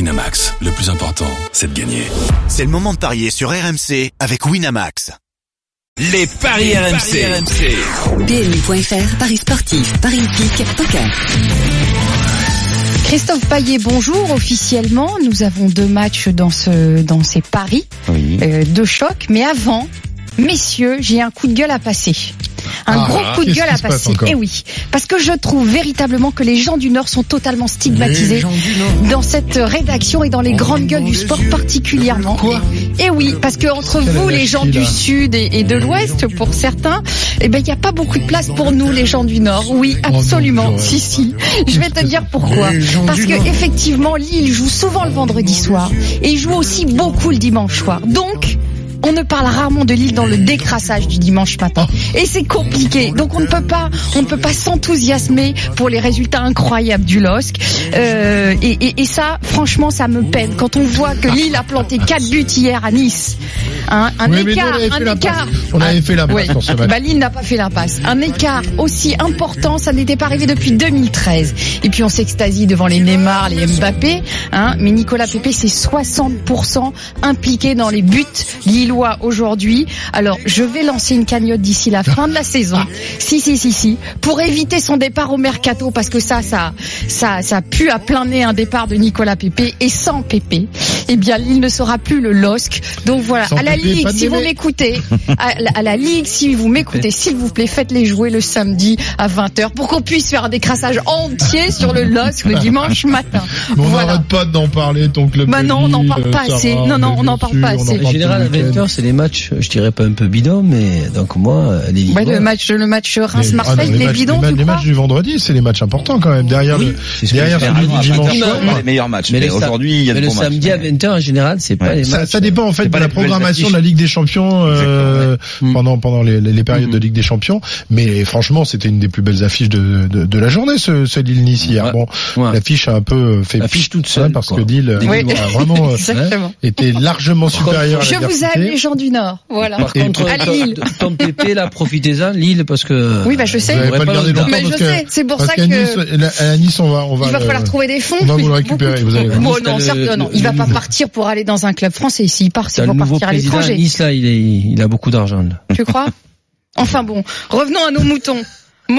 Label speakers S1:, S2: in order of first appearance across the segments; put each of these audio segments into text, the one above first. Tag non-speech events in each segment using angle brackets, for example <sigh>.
S1: Winamax, le plus important, c'est de gagner.
S2: C'est le moment de parier sur RMC avec Winamax.
S3: Les paris, RMC.
S4: PMU.fr, Paris sportif, Paris hippique, poker.
S5: Christophe Paillet, bonjour. Officiellement, nous avons deux matchs dans ce dans ces paris, euh, deux chocs. Mais avant, messieurs, j'ai un coup de gueule à passer. Un
S6: Ah,
S5: gros coup de
S6: qu'est-ce
S5: gueule
S6: qui
S5: à
S6: se passe
S5: passer.
S6: encore
S5: Eh oui, parce que je trouve véritablement que les gens du Nord sont totalement stigmatisés dans cette rédaction et dans les grandes gueules du sport particulièrement. Eh oui, parce que entre
S6: Quelle
S5: vous, les
S6: anarchie,
S5: gens du
S6: là.
S5: Sud et, et de l'Ouest, pour certains, eh ben il n'y a pas beaucoup de place pour nous, les gens du Nord. Oui,
S6: non,
S5: absolument.
S6: j'aurais-
S5: Si si. Je vais te dire pourquoi.
S6: Les gens
S5: Parce
S6: du
S5: que
S6: Nord.
S5: effectivement, Lille joue souvent le vendredi soir et il joue aussi beaucoup le dimanche soir. Donc on ne parle rarement de Lille dans le décrassage du dimanche matin. Et c'est compliqué. Donc on ne peut pas, on ne peut pas s'enthousiasmer pour les résultats incroyables du LOSC. Euh, et, et- et ça, franchement, ça me peine. Quand on voit que Lille a planté 4 buts hier à Nice. hein, un
S6: Oui, mais nous,
S5: écart,
S6: on avait fait
S5: un
S6: l'impasse.
S5: écart.
S6: On avait fait l'impasse
S5: ouais.
S6: pour ce match.
S5: Bah, Lille n'a pas fait l'impasse. Un écart aussi important, ça n'était pas arrivé depuis 2013. Et puis on s'extasie devant les Neymar, les Mbappé, hein, mais Nicolas Pépé c'est 60% impliqué dans les buts lillois aujourd'hui. Alors je vais lancer une cagnotte d'ici la fin de la saison. Si si si si, pour éviter son départ au mercato parce que ça ça ça ça pue à plein nez un départ de Nicolas Pépé et sans Pépé, eh bien Lille ne sera plus le LOSC. Donc voilà,
S6: Sans
S5: à la
S6: Pépé,
S5: Ligue
S6: pas de
S5: si vous
S6: bébé.
S5: m'écoutez, à, la- à la Ligue si vous m'écoutez, s'il vous plaît, faites-les jouer le samedi à 20h pour qu'on puisse faire un décrassage entier sur le LOSC le dimanche matin.
S6: Mais on
S5: voilà.
S6: n'arrête pas d'en parler, ton club.
S5: Bah
S6: de
S5: non, on n'en
S6: Lille,
S5: parle pas
S6: ça
S5: assez.
S6: va,
S5: Non,
S6: on
S5: non,
S6: est
S5: on n'en parle
S6: dessus,
S5: pas
S6: on en
S5: assez.
S6: parle
S7: En
S6: tout le
S7: général, à
S6: week-end.
S7: 20h, c'est les matchs, je dirais pas un peu bidon, mais donc moi, euh, les
S5: Ouais,
S7: Lillois,
S5: le match, le match
S6: Ah non,
S5: Reims-Marseille,
S6: les
S5: les
S6: matchs-
S5: bidons,
S6: les,
S5: tu
S6: les
S5: crois
S6: matchs du vendredi, c'est les matchs importants quand même. Derrière,
S7: Oui,
S6: le-
S7: c'est ce que
S6: derrière
S7: je fais
S6: celui
S7: rarement
S6: du
S7: à
S6: dimanche
S7: 20h,
S6: soir.
S7: c'est
S8: les meilleurs matchs.
S7: Mais
S8: Mais,
S7: le sa-
S8: aujourd'hui, il y a
S7: mais
S8: de
S7: le
S8: bons matchs.
S7: samedi à 20h, en général, c'est pas
S8: Ouais.
S7: les
S6: Ça,
S7: matchs.
S6: ça dépend en fait
S8: pas
S6: de la
S8: les plus belles
S6: programmation de la
S8: affiches.
S6: Ligue des Champions euh,
S7: ouais.
S6: pendant pendant les, les- les périodes de Ligue des Champions. Mais franchement, c'était une des plus belles affiches de, de, de la journée, ce, ce Lille-Nice hier.
S7: Ouais.
S6: Bon,
S7: Ouais.
S6: l'affiche a un peu fait
S7: L'affiche
S6: pchit,
S7: toute
S6: hein,
S7: seule,
S6: parce
S7: quoi.
S6: que Lille euh,
S5: Oui.
S6: a vraiment euh,
S5: Exactement.
S6: été largement supérieur. à
S5: Je vous
S6: l'adversité.
S5: aime, les gens du Nord. Voilà.
S7: Par
S6: Et-
S7: contre,
S5: Allez,
S7: ton-
S5: Lille.
S7: ton PP, là, profitez-en, Lille, parce que...
S5: Oui, bah, je sais.
S6: Vous avez pas
S7: Ouais,
S6: le
S7: pas
S6: garder
S7: longtemps.
S6: longtemps
S5: Mais je
S6: parce
S5: sais,
S6: que
S5: c'est pour
S6: parce
S5: ça
S6: qu'à
S5: que-
S6: Nice, la- à Nice, on va on va
S5: Il va
S6: le-
S5: falloir trouver des fonds.
S6: on va vous le
S5: Beaucoup
S6: récupérer,
S5: de
S6: vous allez
S5: fonds. Bon,
S6: voir.
S7: Nice,
S5: non,
S7: t'as
S5: certes,
S7: le-
S5: non, il va
S7: le
S5: pas
S7: nouveau-
S5: partir pour aller dans un club français. S'il part,
S7: T'as
S5: c'est
S7: le
S5: pour
S7: nouveau
S5: partir à
S7: président à
S5: l'étranger.
S7: Nice, là, il, est, il a beaucoup d'argent, là.
S5: tu crois Enfin bon, revenons à nos moutons.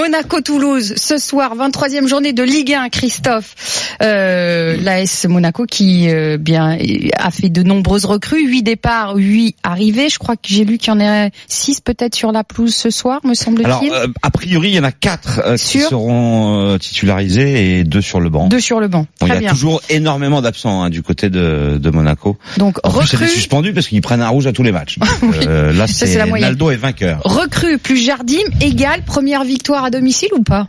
S5: Monaco-Toulouse, ce soir, 23e journée de Ligue 1, Christophe. Euh, L'AS Monaco qui euh, bien a fait de nombreuses recrues, 8 départs, 8 arrivées. Je crois que j'ai lu qu'il y en a 6 peut-être sur la pelouse ce soir, me
S8: Alors,
S5: semble-t-il.
S8: euh, a priori, il y en a quatre euh, qui
S5: Sur
S8: seront euh, titularisés et deux sur le banc.
S5: Deux sur le banc.
S8: Bon, il y
S5: Très
S8: a
S5: bien.
S8: toujours énormément d'absents hein, du côté de, de Monaco.
S5: Donc
S8: En plus, elle est
S5: recrues,
S8: suspendue parce qu'ils prennent un rouge à tous les matchs. Donc, euh, là,
S5: Ça,
S8: c'est
S5: c'est la moyenne.
S8: Naldo est vainqueur.
S5: recrues plus Jardim égale première victoire à domicile ou pas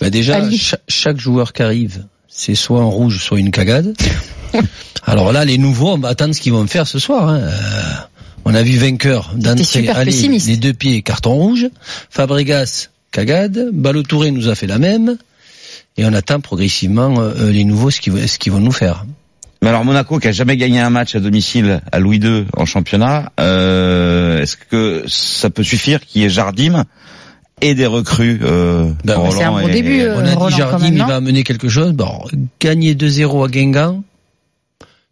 S7: Bah, déjà,
S5: Allez.
S7: cha- chaque joueur qui arrive, c'est soit un rouge, soit une cagade.
S5: <laughs>
S7: Alors là, les nouveaux, on va attendre ce qu'ils vont faire ce soir. hein. Euh, on a vu vainqueur d'entrée,
S5: super
S7: allez,
S5: pessimiste.
S7: les deux pieds, carton rouge. Fabregas, cagade. Balotouré nous a fait la même. Et on attend progressivement euh, les nouveaux, ce qu'ils vont- ce qu'ils vont nous faire.
S8: Mais alors, Monaco qui a jamais gagné un match à domicile à Louis II en championnat, euh, est-ce que ça peut suffire qu'il y ait Jardim et des recrues euh,
S7: Ben,
S8: pour
S5: c'est un
S8: Roland
S5: bon
S8: et-
S5: début, euh,
S7: On a
S5: Roland,
S7: dit
S5: quand
S7: Jardim,
S5: même,
S7: il
S5: non
S7: va amener quelque chose. Bon, gagner 2-0 à Guingamp.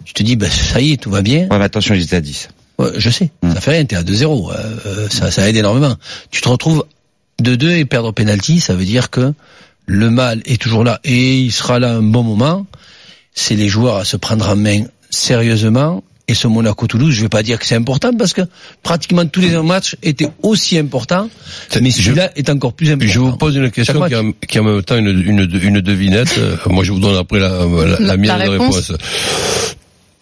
S7: Je te dis, ben, ça y est, tout va bien.
S8: Ouais, mais attention, j'étais à 10.
S7: Ouais, je sais,
S8: Mm.
S9: Hmm.
S7: ça fait rien, t'es à 2-0, euh, euh, ça, ça aide énormément. Tu te retrouves 2-2 et perdre au pénalty, ça veut dire que le mal est toujours là et il sera là un bon moment. C'est les joueurs à se prendre en main sérieusement. Et ce Monaco-Toulouse, je vais pas dire que c'est important parce que pratiquement tous
S9: Hmm.
S7: les autres matchs étaient aussi importants, mais celui-là est encore plus important.
S9: Je vous pose une question
S7: Chaque
S9: qui, est- qui est en même temps une, une, une devinette. Euh, Moi, je vous donne après la, la,
S5: La-
S9: la mienne
S5: la
S9: de
S5: réponse.
S9: réponse.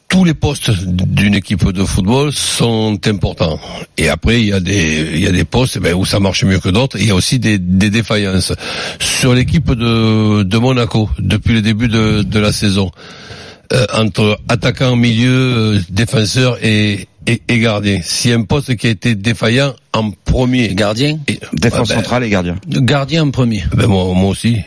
S9: Tous les postes d'une équipe de football sont importants. Et après, il y a des, il y a des postes eh ben, où ça marche mieux que d'autres. Il y a aussi des, des défaillances. Sur l'équipe de, de Monaco, depuis le début de, de la saison, euh, entre attaquant, milieu, euh, défenseur et, et, et gardien, s'il y a un poste qui a été défaillant en premier,
S7: Gardien,
S9: et-
S8: Défense
S9: Ah ben,
S8: centrale et gardien.
S7: gardien en premier.
S9: ben moi, moi aussi.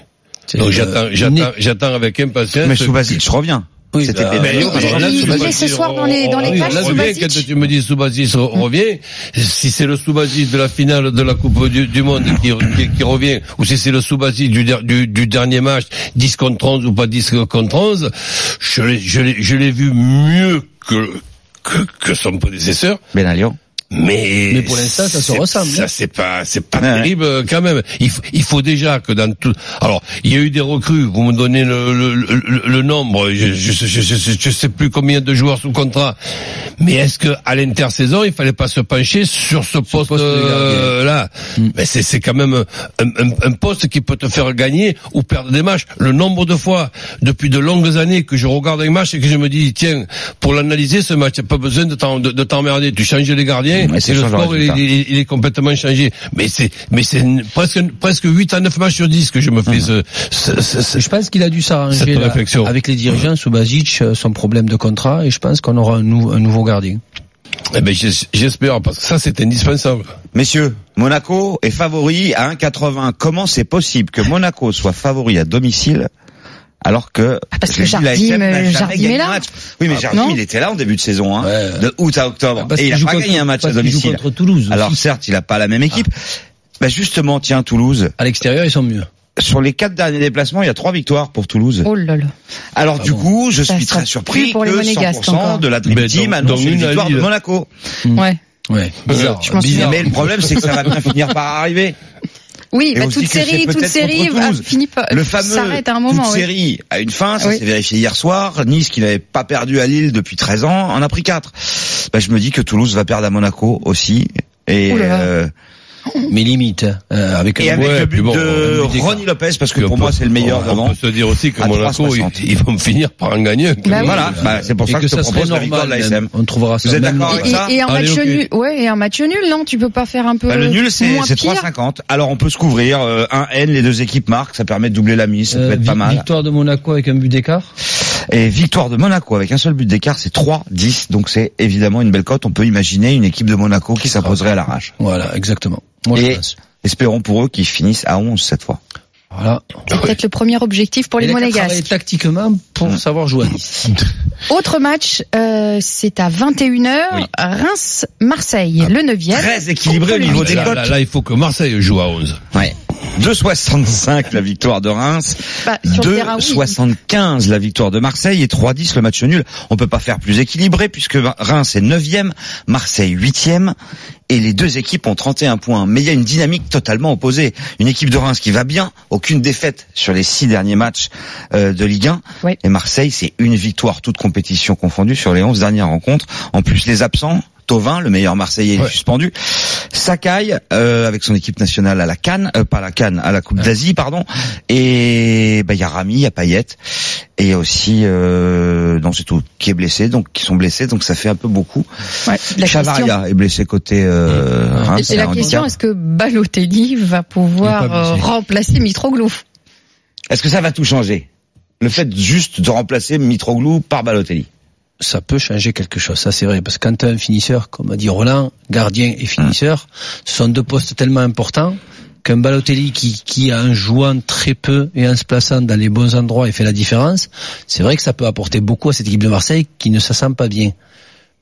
S7: C'est,
S9: Donc
S7: euh,
S9: j'attends,
S7: Nick-
S9: j'attends, j'attends avec impatience.
S8: Mais Subasic revient.
S7: Oui,
S8: C'était
S7: bah,
S8: pénal.
S7: mais
S8: Ah,
S7: oui,
S8: bah,
S7: oui,
S8: il
S7: Subasic,
S5: est ce soir dans les- dans les
S7: on- on-
S5: cages,
S7: on revient
S5: Subasic.
S7: Quand tu me dis Subasic re- revient, si c'est le Subasic de la finale de la Coupe du, du Monde qui, qui- qui revient, ou si c'est le Subasic du, der- du, du dernier match, 10 contre 11 ou pas 10 contre 11, je l'ai- je l'ai je l'ai vu mieux que, que, que son prédécesseur.
S8: Ben Lyon.
S9: Mais,
S7: Mais pour l'instant, ça se
S9: c'est-
S7: ressemble, hein.
S9: Ça, c'est pas, c'est pas
S8: Ouais.
S9: terrible euh, quand même. Il, f- il faut déjà que dans tout. Alors, il y a eu des recrues. Vous me donnez le, le, le, le nombre. Je, je, sais- je, sais- je sais plus combien de joueurs sous contrat. Mais est-ce que à l'intersaison, il fallait pas se pencher sur ce poste,
S7: poste de Hmm.
S9: euh, là Mais c'est, c'est quand même un, un- un poste qui peut te faire gagner ou perdre des matchs. Le nombre de fois depuis de longues années que je regarde un match et que je me dis tiens, pour l'analyser ce match, t'as pas besoin de, t'en- de, de t'emmerder. Tu changes les gardiens.
S8: Ouais, c'est
S9: Et Eh, le
S8: changeant,
S9: sport,
S8: le
S9: il, est-
S8: résultat.
S9: il est- il est complètement changé. Mais c'est, mais c'est une- presque, presque 8 à 9 matchs sur 10 que je me
S8: Mhm.
S9: fais ce, ce- ce- ce-
S7: Je pense qu'il a dû
S9: Cette
S7: s'arranger là,
S9: réflexion.
S7: avec les dirigeants, Subasic, euh, son problème de contrat, et je pense qu'on aura un, nou- un nouveau gardien.
S9: Eh ben, j'es- j'espère, parce que ça, c'est indispensable.
S8: Messieurs, Monaco est favori à 1,80. Comment c'est possible que Monaco soit favori à domicile alors que
S5: Ah, parce
S8: je
S5: que
S8: l'ai dit,
S5: Jardim,
S8: la SF n'a
S5: euh,
S8: jamais
S5: Jardim
S8: gagné
S5: est là. Ah,
S8: un match. Oui, mais Jardim,
S5: non
S8: il était là en début de saison, hein,
S7: Ouais. Ah,
S8: de août à octobre,
S7: Parce
S8: et il
S7: qu'il
S8: a
S7: joue
S8: pas
S7: contre-
S8: gagné un match à
S7: parce qu'il joue
S8: domicile.
S7: contre Ah. Toulouse.
S8: Alors
S7: aussi.
S8: certes, il n'a pas la même équipe. Bah justement, tiens, Toulouse,
S7: à l'extérieur, ils sont mieux.
S8: sur les quatre derniers déplacements, il y a trois victoires pour Toulouse.
S5: Oh là là.
S8: Alors
S7: Ah
S8: du
S7: bon.
S8: coup, je
S5: Ça
S8: suis
S5: sera
S8: très
S5: plus
S8: surpris
S5: pour les
S8: que
S5: Monégasques
S8: 100%
S5: encore.
S8: de la Dream
S9: Mais
S8: Team
S9: dans-
S8: annonce
S9: dans
S8: une
S9: une
S8: victoire de
S9: ville.
S8: Monaco.
S5: Ouais.
S7: Ouais, bizarre.
S5: Mm. je pense qu'il y a-
S7: bizarre.
S8: Mais le problème, c'est que ça va
S5: <laughs>
S8: bien finir par arriver.
S5: Oui,
S8: Et
S5: bah,
S8: on se
S5: toute
S8: dit que c'est
S5: série, toute
S8: peut-être
S5: série
S8: contre
S5: va-
S8: Toulouse.
S5: finit pas-
S8: Le fameux
S5: Euh, s'arrête à un moment.
S8: toute
S5: oui.
S8: série à une fin, ça
S5: Oui.
S8: s'est vérifié hier soir. Nice, qui n'avait pas perdu à Lille depuis 13 ans, en a pris 4. Bah, je me dis que Toulouse va perdre à Monaco aussi. Et,
S5: Ouh là là.
S8: euh,
S7: Mais limite, hein, euh, avec
S8: et
S7: un
S8: avec
S9: Ouais,
S8: le
S9: puis
S8: but
S9: bon,
S8: de
S9: on dit que-
S8: Ronnie Lopez, parce que
S9: Puis
S8: pour
S9: on
S8: moi
S9: peut-
S8: c'est le meilleur
S9: on,
S8: devant.
S9: peut se dire aussi que
S8: à
S9: Monaco,
S8: 3,60.
S9: ils, ils vont finir par en gagner.
S5: Bah oui.
S8: Voilà, bah, c'est pour
S7: Et
S8: ça que,
S7: que
S8: je
S7: ça
S8: te
S7: serait
S8: propose la victoire
S7: normal.
S8: de la
S7: même.
S8: SM.
S7: On trouvera ça.
S8: Vous êtes
S7: même
S8: d'accord
S7: nous.
S8: avec
S5: Et,
S8: Ah, ça
S5: et, et un
S9: Allez,
S5: match
S9: ok.
S5: nul, ouais, et un match nul, non, tu peux pas faire un peu.
S8: Bah, le nul c'est
S5: Euh, moins
S8: c'est
S5: pire
S8: 3,50. Alors on peut se couvrir euh, un N, les deux équipes marquent, ça permet de doubler la mise, ça
S7: Euh,
S8: peut être pas
S7: vi-
S8: mal.
S7: Victoire de Monaco avec un but d'écart.
S8: Et victoire de Monaco avec un seul but d'écart, c'est 3-10. Donc c'est évidemment une belle cote. On peut imaginer une équipe de Monaco qui s'imposerait à l'arrache.
S7: Voilà, exactement. Moi, je
S8: Et-
S7: pense.
S8: Espérons pour eux qu'ils finissent à 11 cette fois.
S7: Voilà.
S5: C'est peut-être le premier objectif pour
S7: Il
S5: les
S7: a qu'à travailler
S5: Monégasques.
S7: tactiquement pour
S8: Mmh.
S7: savoir jouer à Nice.
S5: Autre match, euh, c'est à 21h,
S8: Oui. Ah.
S5: Reims-Marseille, le 9e.
S8: Très équilibré au
S5: Contre le
S8: niveau
S9: Là,
S8: des
S9: là,
S8: cotes.
S9: là, là, il faut que Marseille joue à 11.
S8: Ouais. 2,65 la victoire de Reims,
S5: Bah, sur le terrain, oui.
S8: 2,75 la victoire de Marseille et 3,10 le match nul. On peut pas faire plus équilibré puisque Reims est 9e, Marseille 8e et les deux équipes ont 31 points. Mais il y a une dynamique totalement opposée. Une équipe de Reims qui va bien, aucune défaite sur les six derniers matchs euh, de Ligue 1
S5: Ouais.
S8: et Marseille c'est une victoire toute compétition confondue sur les 11 dernières rencontres. En plus les absents Tovin, le meilleur Marseillais, est
S9: Ouais.
S8: suspendu. Sakai, euh, avec son équipe nationale à la Cannes, euh, pas à la Cannes, à la Coupe d'Asie, pardon. Et bah, il y a Rami, il y a Payet, et il y a aussi, euh, non c'est tout, qui est blessé, donc qui sont blessés, donc ça fait un peu beaucoup.
S5: Ouais, la
S8: Chavaria
S5: question-
S8: est blessé côté. Euh, Reims,
S5: Et
S8: c'est
S5: la
S8: un
S5: question,
S8: handicap.
S5: est-ce que Balotelli va
S7: Il est
S5: pouvoir
S7: pas blessé.
S5: euh, remplacer Mitroglou Ah,
S8: Est-ce que ça va tout changer Le fait juste de remplacer Mitroglou par Balotelli.
S7: Ça peut changer quelque chose, ça c'est vrai. Parce que quand t'as un finisseur, comme a dit Roland, gardien et finisseur, ce sont deux postes tellement importants qu'un Balotelli qui, qui, en jouant très peu et en se plaçant dans les bons endroits et fait la différence, c'est vrai que ça peut apporter beaucoup à cette équipe de Marseille qui ne se sent pas bien.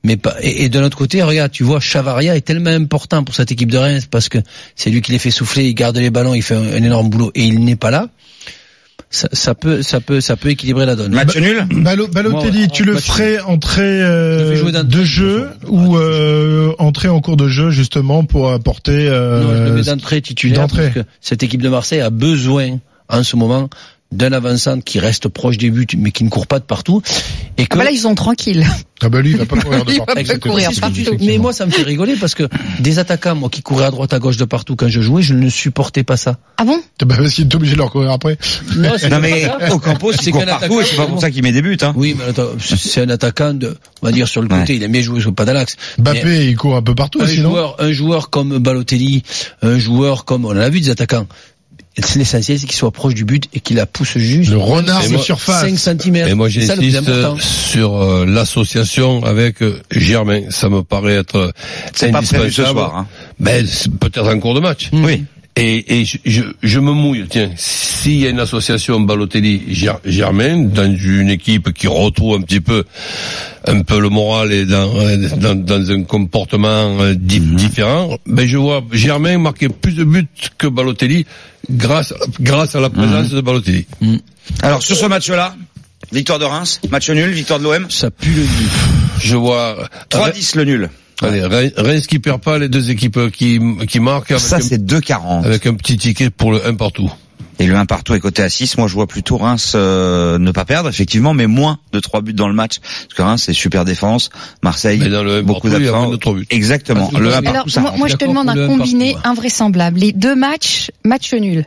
S7: Mais pas, et, et de l'autre côté, regarde, tu vois, Chavaria est tellement important pour cette équipe de Reims parce que c'est lui qui les fait souffler, il garde les ballons, il fait un, un énorme boulot et il n'est pas là. Ça, ça peut, ça peut, ça peut équilibrer la donne.
S8: Match nul
S6: Balo- Balotelli,
S7: Moi, ouais.
S6: tu le
S7: Moi, tu-
S6: ferais entrer
S7: Je le
S6: euh,
S7: fais jouer d'un-
S6: de jeu ou euh, entrer en cours de jeu justement pour apporter euh,
S7: Non, je le mets d'entrée titulaire
S6: d'entrée.
S7: parce que cette équipe de Marseille a besoin en ce moment d'un avançant qui reste proche des buts mais qui ne court pas de partout et que
S8: Hein
S5: Voilà, bah ils sont tranquilles.
S6: Ah bah lui, il va
S7: <laughs>
S6: pas courir de
S5: Il va
S6: partout.
S5: pas
S6: c'est
S5: courir
S6: clair.
S5: partout.
S6: Effectivement.
S7: mais moi ça me fait rigoler parce que des attaquants moi qui couraient à droite à gauche de partout quand je jouais je ne supportais pas ça
S5: Ah bon
S6: Bah, parce qu'il est obligé de leur courir après.
S7: non, bah, c'est
S8: Non
S7: pas
S8: mais
S7: ça.
S8: Ocampo,
S7: C'est
S8: c'est court
S7: qu'un
S8: partout, et c'est pas
S7: attaquant.
S8: pour ça qu'il met des buts. Hein.
S7: oui mais attends, c'est un attaquant de on va dire sur le côté il aime bien jouer sur le pas dans l'axe.
S6: Bappé, il court un peu partout
S7: un
S6: aussi, non
S7: joueur, un joueur comme Balotelli, un joueur comme on en a vu des attaquants. C'est l'essentiel, c'est qu'il soit proche du but et qu'il la pousse juste.
S6: Le renard de surface.
S7: 5 cm.
S9: Et moi,
S7: ça, le plus
S9: j'insiste
S7: important.
S9: sur euh, l'association avec euh, Germain. Ça me paraît être
S8: C'est pas prévu ce
S9: indispensable.
S8: soir. hein.
S9: Mais c'est peut-être en cours de match.
S7: Mm.
S8: Oui.
S9: Et, et je, je, je me mouille, tiens, s'il y a une association Balotelli-Germain, dans une équipe qui retrouve un petit peu un peu le moral et dans, dans, dans un comportement euh, di-
S8: Mhm.
S9: différent, ben je vois Germain marquer plus de buts que Balotelli grâce, grâce à la présence
S8: Mhm.
S9: de Balotelli.
S8: Alors sur ce match-là, victoire de Reims, match nul, victoire de l'OM,
S7: Ça pue le nul.
S9: Je vois
S8: 3-10 le nul.
S9: Allez, Re- Reims qui perd pas, les deux équipes qui, qui marquent avec,
S8: Ça
S9: un,
S8: c'est 2-40.
S9: avec un petit ticket pour le 1 partout.
S8: Et le 1 partout est coté à 6. Moi, je vois plutôt Reims euh, ne pas perdre, effectivement, mais moins de 3 buts dans le match. Parce que Reims, c'est super défense. Marseille,
S9: Mais dans le un
S8: beaucoup
S9: partout, il y a
S8: d'absents.
S9: moins de trois buts.
S8: Exactement.
S9: Parce que
S8: Le
S9: dans
S8: 1
S9: les-
S8: partout,
S5: Alors,
S8: Ah, ça
S5: moi,
S8: rentre.
S5: moi, je te
S7: D'accord
S5: demande
S7: pour le
S5: un
S7: un
S5: combiné
S7: partout,
S5: invraisemblable. Les deux matchs, match nul.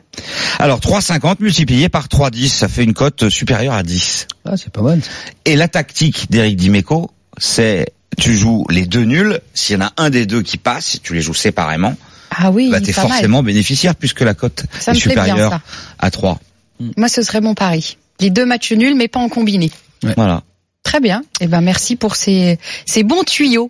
S8: Alors, 3,50 multiplié par 3,10, ça fait une cote supérieure à 10.
S7: Ah, c'est pas mal.
S8: Et la tactique d'Eric Dimeco, c'est tu joues les deux nuls. S'il y en a un des deux qui passe, si tu les joues séparément,
S5: Ah oui,
S8: bah,
S5: il
S8: t'es
S5: est pas mal.
S8: forcément bénéficiaire puisque la cote
S5: Ça
S8: est
S5: me plaît bien,
S8: supérieure
S5: ça.
S8: à 3.
S5: Moi, ce serait mon pari. Les deux matchs nuls, mais pas en combiné.
S8: Voilà.
S5: Très bien. Eh ben, merci pour ces, ces bons tuyaux.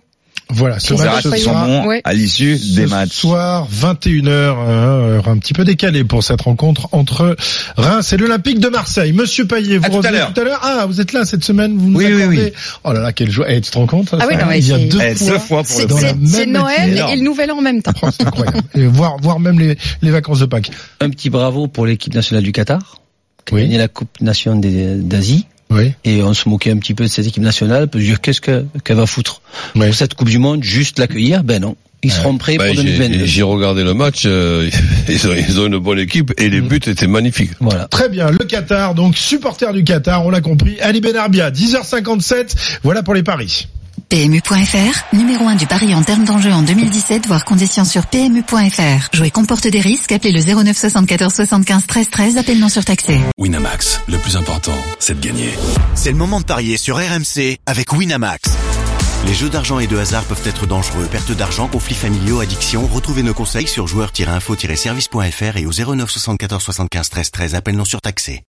S6: Voilà, ce
S5: Les
S6: match
S8: Zarate
S6: ce
S5: Arabes
S8: sont
S6: sera
S8: bons
S5: Ouais.
S8: à l'issue des
S6: ce
S8: matchs.
S6: soir 21h, euh, un petit peu décalé pour cette rencontre entre Reims et l'Olympique de Marseille. Monsieur Payet, vous
S8: À tout à
S6: revenez
S8: l'heure.
S6: tout à l'heure. Ah, vous êtes là cette semaine, vous nous
S8: Oui, oui,
S6: accordez.
S8: oui.
S6: Oh là là, quel joie. Eh, tu te rends compte ça,
S5: Ah oui,
S6: ça,
S5: non, mais
S6: Il y a
S5: c'est-
S6: deux
S8: Eh,
S6: fois.
S8: deux fois pour le
S5: C'est
S6: dans la
S5: c'est-
S6: même
S5: c'est Noël
S6: équipe.
S5: et le Nouvel An en même temps.
S6: Oh, c'est incroyable. Et voir, voir même les, les vacances de Pâques.
S7: Un petit bravo pour l'équipe nationale du Qatar, qui
S6: Oui.
S7: a gagné la Coupe Nation des- d'Asie.
S6: Oui.
S7: Et on se moquait un petit peu de cette équipe nationale, peut se dire qu'est-ce que- qu'elle va foutre
S6: Ouais.
S7: pour cette Coupe du Monde, juste l'accueillir Ben non, ils seront prêts
S9: Ben,
S7: pour
S9: j'ai
S7: 2022.
S9: j'ai regardé le match, euh, <laughs> ils, ont, ils ont une bonne équipe et les buts étaient magnifiques.
S7: Voilà.
S6: Très bien, le Qatar, donc supporter du Qatar, on l'a compris. Ali Ben Benarbia, 10h57, voilà pour les paris.
S4: PMU.fr, numéro 1 du pari en termes d'enjeu en 2017, voire conditions sur PMU.fr. Jouer comporte des risques, appelez le 09 74 75 13 13, appel non surtaxé.
S1: Winamax, le plus important, c'est de gagner.
S2: C'est le moment de parier sur RMC avec Winamax. Les jeux d'argent et de hasard peuvent être dangereux. Perte d'argent, conflits familiaux, addiction. Retrouvez nos conseils sur joueurs-info-service.fr et au 09 74 75 13 13. Appel non surtaxé.